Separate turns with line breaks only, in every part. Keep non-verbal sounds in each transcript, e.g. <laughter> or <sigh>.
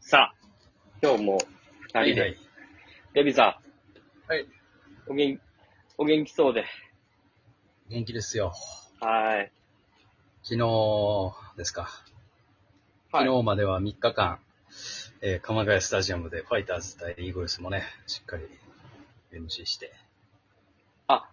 さあ、今日も二人で、
はいはい
デビさん。
はい。
お元お元気そうで。
元気ですよ。
はーい。
昨日ですか。
はい
昨日までは3日間、えー鎌ヶ谷スタジアムでファイターズ対イーグルスもね、しっかり MC して。
あ、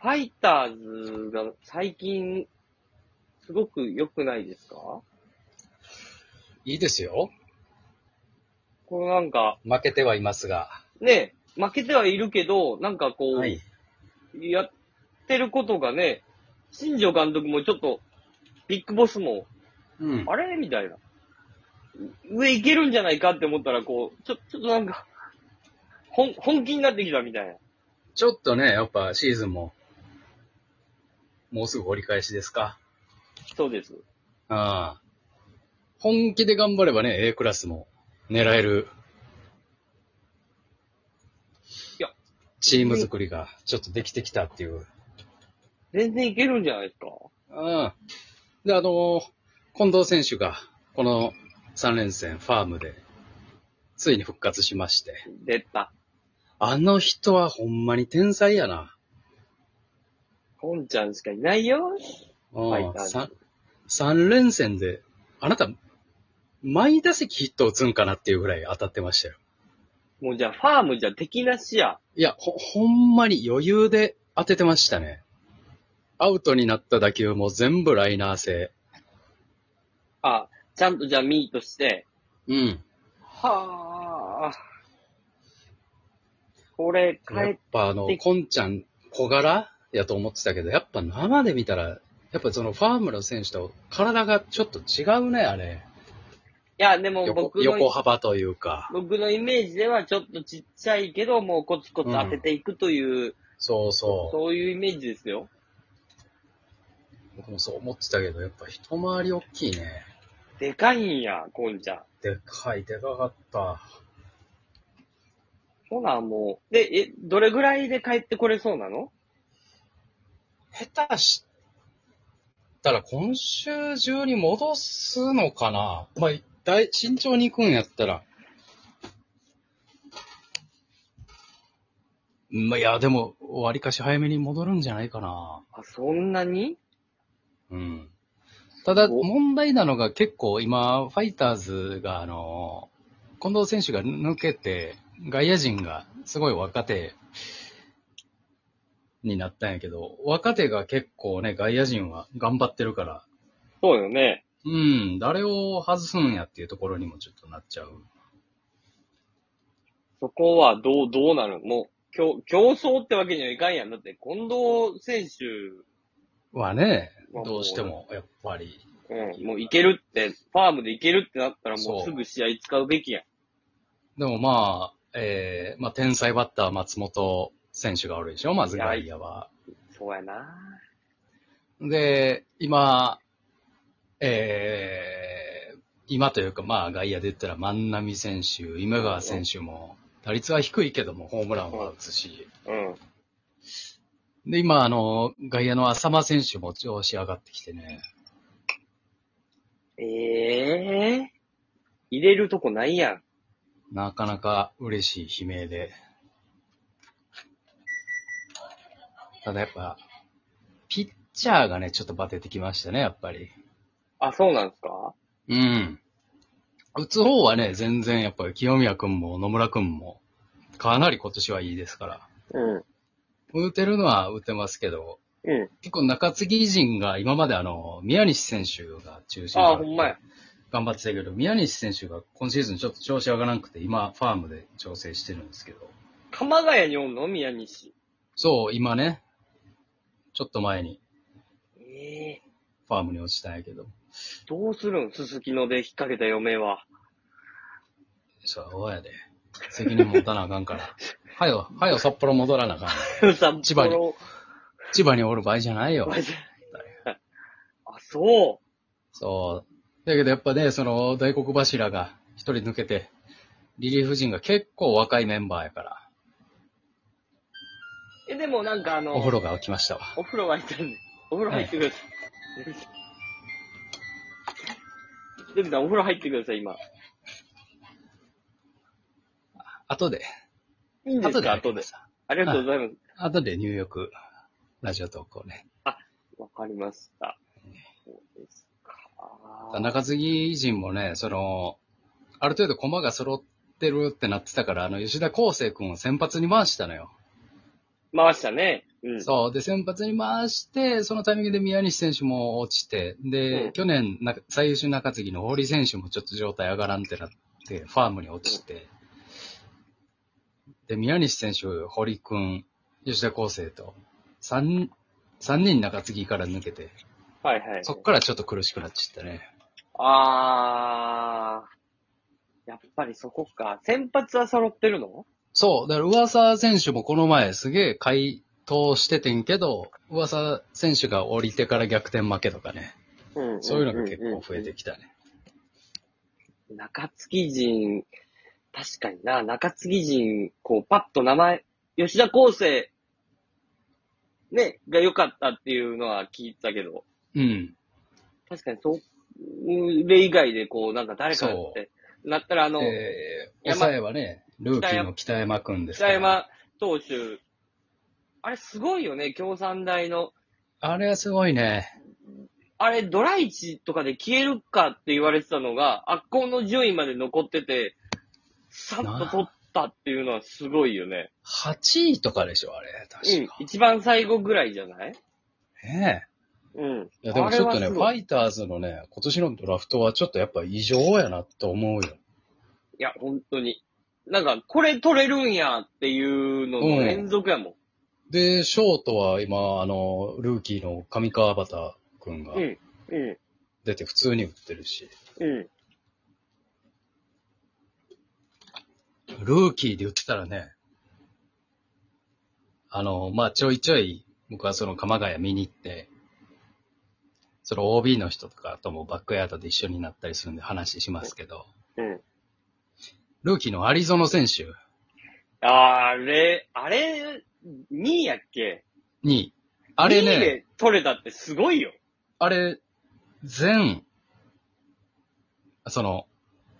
ファイターズが最近、すごく良くないですかこ
いいですよ。
のなんか、
負けてはいますが。
ね、負けてはいるけど、なんかこう、
はい。
やってることがね、新庄監督もちょっと、ビッグボスも、
うん。
あれみたいな。う上行けるんじゃないかって思ったら、こう、ちょ、ちょっとなんか、本、本気になってきたみたいな。
ちょっとね、やっぱシーズンも、もうすぐ折り返しですか。
そうです。
ああ。本気で頑張ればね、A クラスも狙える。
いや
チーム作りがちょっとできてきたっていう。
全然いけるんじゃないですか
うん。で、あのー近藤選手が、この3連戦、ファームで、ついに復活しまして。
出た。
あの人はほんまに天才やな。
コンちゃんしかいないよ。
うん
ファイターズ
さん3連戦で、あなた、毎打席ヒットを打つんかなっていうぐらい当たってましたよ。
もうじゃあ、ファームじゃ敵なしや。
いや、ほ、ほんまに余裕で当ててましたね。アウトになった打球も全部ライナー性。
あ、ちゃんとじゃあミートして。
うん。
はあ。これ、帰
やっ
っ、
ぱあの、こんちゃん小柄やと思ってたけど、やっぱ生で見たら、やっぱそのファームの選手と体がちょっと違うね、あれ。
いや、でも
横
僕の、
横幅というか。
僕のイメージではちょっとちっちゃいけど、もうコツコツ当てていくという、
そうそう。
そういうイメージですよ。
僕もそう思ってたけど、やっぱ一回り大きいね。
でかいんや、コンちゃん。
でかい、でかかった。
ほな、もう。で、え、どれぐらいで帰ってこれそうなの
下手したら今週中に戻すのかなまあ、だい慎重に行くんやったら。まあ、いや、でも、わりかし早めに戻るんじゃないかな。
あ、そんなに
うん。ただ、
お
問題なのが結構今、ファイターズが、あの、近藤選手が抜けて、外野陣がすごい若手になったんやけど、若手が結構ね、外野陣は頑張ってるから、
そうよね。
うん、誰を外すんやっていうところにもちょっとなっちゃう。
そこはどう、どうなるもう、競、競争ってわけにはいかんやん。だって、近藤選手
はね、
は
どうして。も、やっぱり。
うん、もういけるって、ファームでいけるってなったら
そ
もう
う
すぐ試合使うべきやん。
でもまあ、えー、まあ、天才バッター松本選手がおるでしょ、まず外野は。
そうやな
で、今、えー、今というか、まあ、外野で言ったら万波選手、今川選手も、打率は低いけども、ホームランは打つし。
うん。
で、今、あの、外野の浅間選手も調子上がってきてね。
ええ入れるとこないやん。
なかなか嬉しい悲鳴で。ただやっぱ、ピッチャーがね、ちょっとバテてきましたね、やっぱり。
あ、そうなんですか
うん。打つ方はね、全然やっぱり清宮くんも野村くんも、かなり今年はいいですから。
うん。
打てるのは打てますけど、
うん。
結構中継ぎ陣が今まであの、宮西選手が中心
あ、ほんまや。
頑張ってたけど、宮西選手が今シーズンちょっと調子上がらなくて、今ファームで調整してるんですけど。
鎌ヶ谷におんの宮西。
そう、今ね、ちょっと前に
ええ
ファームに落ちたんやけど、
どうするんすすきので引っ掛けた嫁
<laughs>
は。
そうやで。責任持たなあか
<laughs>
んから。はよ、はよ札幌戻らなあかん。
千
千葉に千葉におる場合じゃないよ。
<laughs> あ、そ
そう。だけどやっぱね、その大黒柱が一人抜けて、リリーフ陣が結構若いメンバーやから、
う。え、でもなんかあの、
お風呂が沸きましたわ。
お風呂沸いてるんで。お風呂入ってください。デビさん、お風呂入ってください、今。
後で。
いいんです
後で。
か後で。。ありがとうございます。
後で入浴、ラジオ投稿ね。
わかりました。そうですか。
中継ぎ陣もね、その、ある程度駒が揃ってるってなってたから、あの、吉田康生君を先発に回したのよ。
回したね。うん。
そう。で、先発に回して、そのタイミングで宮西選手も落ちて、で、
うん
去年な、最優秀中継ぎの堀選手もちょっと状態上がらんってなって、ファームに落ちて、で、宮西選手、堀君、吉田康生と、三、三人中継ぎから抜けて、
はいはい。
そっからちょっと苦しくなっちゃったね。
あー。やっぱりそこか。先発は揃ってるの
そう。だから、噂選手もこの前すげえ回答しててんけど、噂選手が降りてから逆転負けとかね。
うん
そういうのが結構増えて
き
きたね。
て。中継ぎ陣、確かにな、中継ぎ陣、こう、パッと名前、吉田康生、ね、が良かったっていうのは聞いたけど、
うん。
確かにそう、うん例以外でこう、なんか誰か
そう
って、なったらあの、
えー、
山
抑えはね、ルーキーの北山くんですか
北山
ら。
投手、あれすごいよね、共産大の。
あれはすごいね。
あれ、ドライチとかで消えるかって言われてたのが、悪行の順位まで残ってて、さっと取ったっていうのはすごいよね。
8位とかでしょ、あれ。
う
確
ん
か。。
一番最後ぐらいじゃない
ね
うん。
え。いや、でもちょっと
あれは
ね、
す
フ
ごい
ァイターズのね、今年のドラフトはちょっとやっぱ異常やなと思うよ。
いや、本当に。なんか、これ取れるんやっていうのの連続やも
で、ショートは今、あの、ルーキーの上川端くんが
ん。うん。う
出て普通に打ってるし。
ん。うん。
ルーキーで言ってたらね、あの、まあ、ちょいちょい、僕はその鎌ヶ谷見に行って、その OB の人とかともバックヤードで一緒になったりするんで話しますけど、
うん。
ルーキーのアリゾノ選手
あれ、あれ、2位やっけ
に、あれ
2位
ね、
で取れたってすごいよ。
あれ、全、その、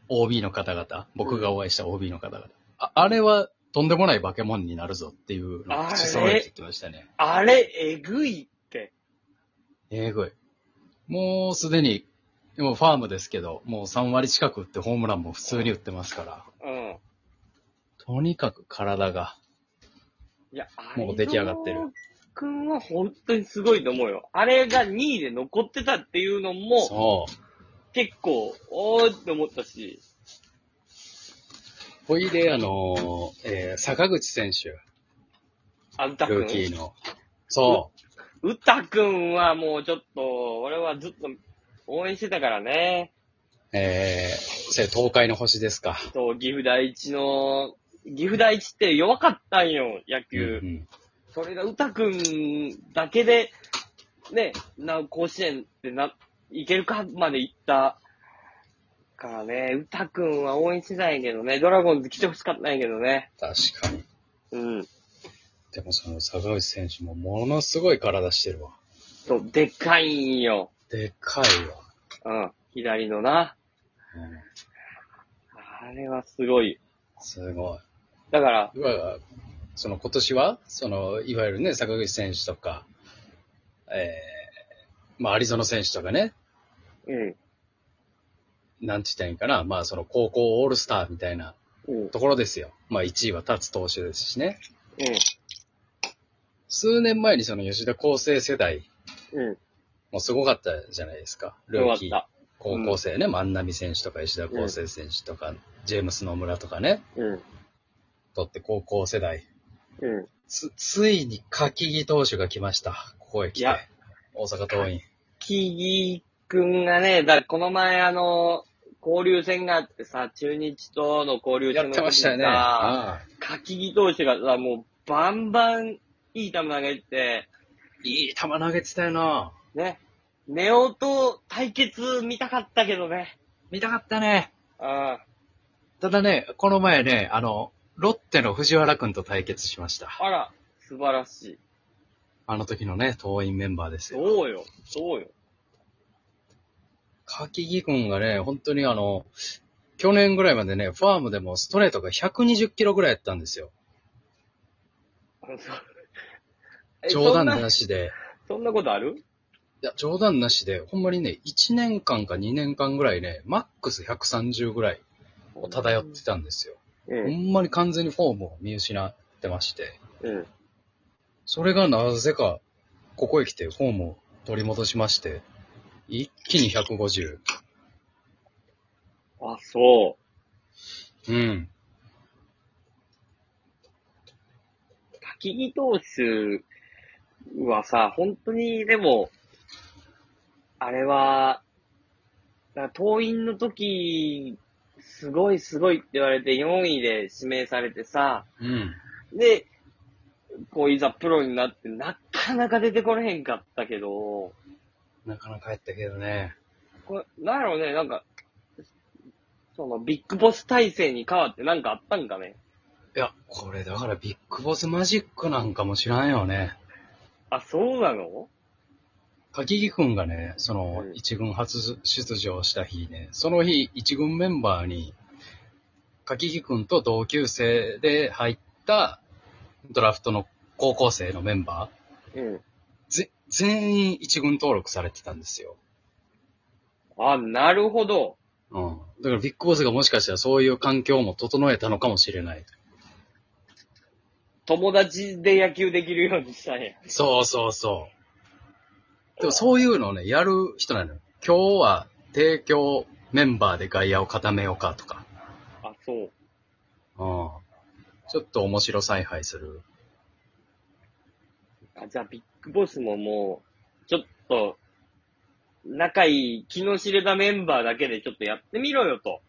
OB の方々、僕がお会いした OB の方々、ああれはとんでもない化け物になるぞっていうのを口揃えて言ってましたね。
あれ、えぐいって。
えぐい。もうすでに、でもファームですけど、もう3割近く打ってホームランも普通に打ってますから、
うん。
とにかく体が。
いや、
もう出来上がってる。
君は本当にすごいと思うよ。あれが2位で残ってたっていうのも、
そう。
結構、おーって思ったし、
ほいで、あのーえー坂口選手、
あうたく
ルーキ
ん。
ーの。そう
たくんはもうちょっと、俺はずっと応援してたからね。
う。えー、それ東海の星ですか。
そう、岐阜第一の、岐阜第一って弱かったんよ、野
うんう
球。
ん、
それがうたくんだけで、ね、な、甲子園ってな、いけるかまで行った。からね、うたくんは応援してたんやけどね、ドラゴンズ来てほしかったんやけどね。
確かに。
うん。
でもその坂口選手もものすごい体してるわ。
そう、でっかいんよ。
でかい
うん。左のな。
わ。うん、
あれはすごい。
すごい。
だから、
いわゆるその今年は、その、いわゆるね、坂口選手とか、えー、まあ、アリゾナ選手とかね、
うん。
なんて言ったらいいんかな、まあ、その高校オールスターみたいな
うん。うん。
ところですよ。まあ、1位は立つ投手ですしね。数年前にその吉田康生世代
うん。
もすごかったじゃないですか。ル
よか
ー
っ
キー、
た。
高校生ね、万波選手とか吉田康生選手とか、ジェームス野村とかね、
うん。
とって高校世代。
うん。
つ、ついに柿木投手が来ました。ここへ来
い
て
や。
大阪桐蔭。
木木くんがね、だからこの前あの、交流戦があってさ、中日との交流
やっ
戦の時にさ
てましたよね。ああ
柿木投手がさ、もうバンバンいい球投げて、
いい球投げてたよな。
ね、ネオと対決見たかったけどね。
見たかったね。
あ
ただね、この前ね、あの、ロッテの藤原くんと対決しました。
あら、素晴らしい。
あの時のね、党員メンバーですよ。
そうよ、 <laughs> そうよ。
柿木くんがね、本当にあの、去年ぐらいまでね、ファームでもストレートが120キロぐらいやったんですよ。
え
冗談
そんな
なしで。
そんなことある
いや、冗談なしで、ほんまにね、1年間か2年間ぐらいね、マックス130ぐらいを漂ってたんですよ。
う
ほ
ん。
んまに完全にフォームを見失ってまして。
うん。
それがなぜか、ここへ来てフォームを取り戻しまして、一気に150。
あ、そ
うん。
う。滝木投手はさ、本当に、でも、あれは、だ党員の時、すごいすごいって言われて4位で指名されてさ、
うん。
で、こういざプロになって、なかなか出てこれへんかったけど、
なかなかやったけどね。
これ、なんやろうね、なんか、そのビッグボス体制に変わってなんかあったんかね。
いや、これだからビッグボスマジックなんかも知らんよね。
あ、そうなの
柿木くんがね、その
うん、
一軍初出場した日ね、その日、一軍メンバーに、柿木くんと同級生で入ったドラフトの高校生のメンバー、
うん。
ぜ全員一軍登録されてたんですよ。
あ、なるほど。
うん。だからビッグボスがもしかしたらそういう環境も整えたのかもしれない。
友達で野球できるようにしたんや。
そうそうそう。でもそういうのをね、やる人なのよ。今日は提供メンバーで外野を固めようかとか。
あ、そう。
うん。ちょっと面白采配する。
あ、じゃあビッグボスももう、ちょっと、仲いい気の知れたメンバーだけでちょっとやってみろよと。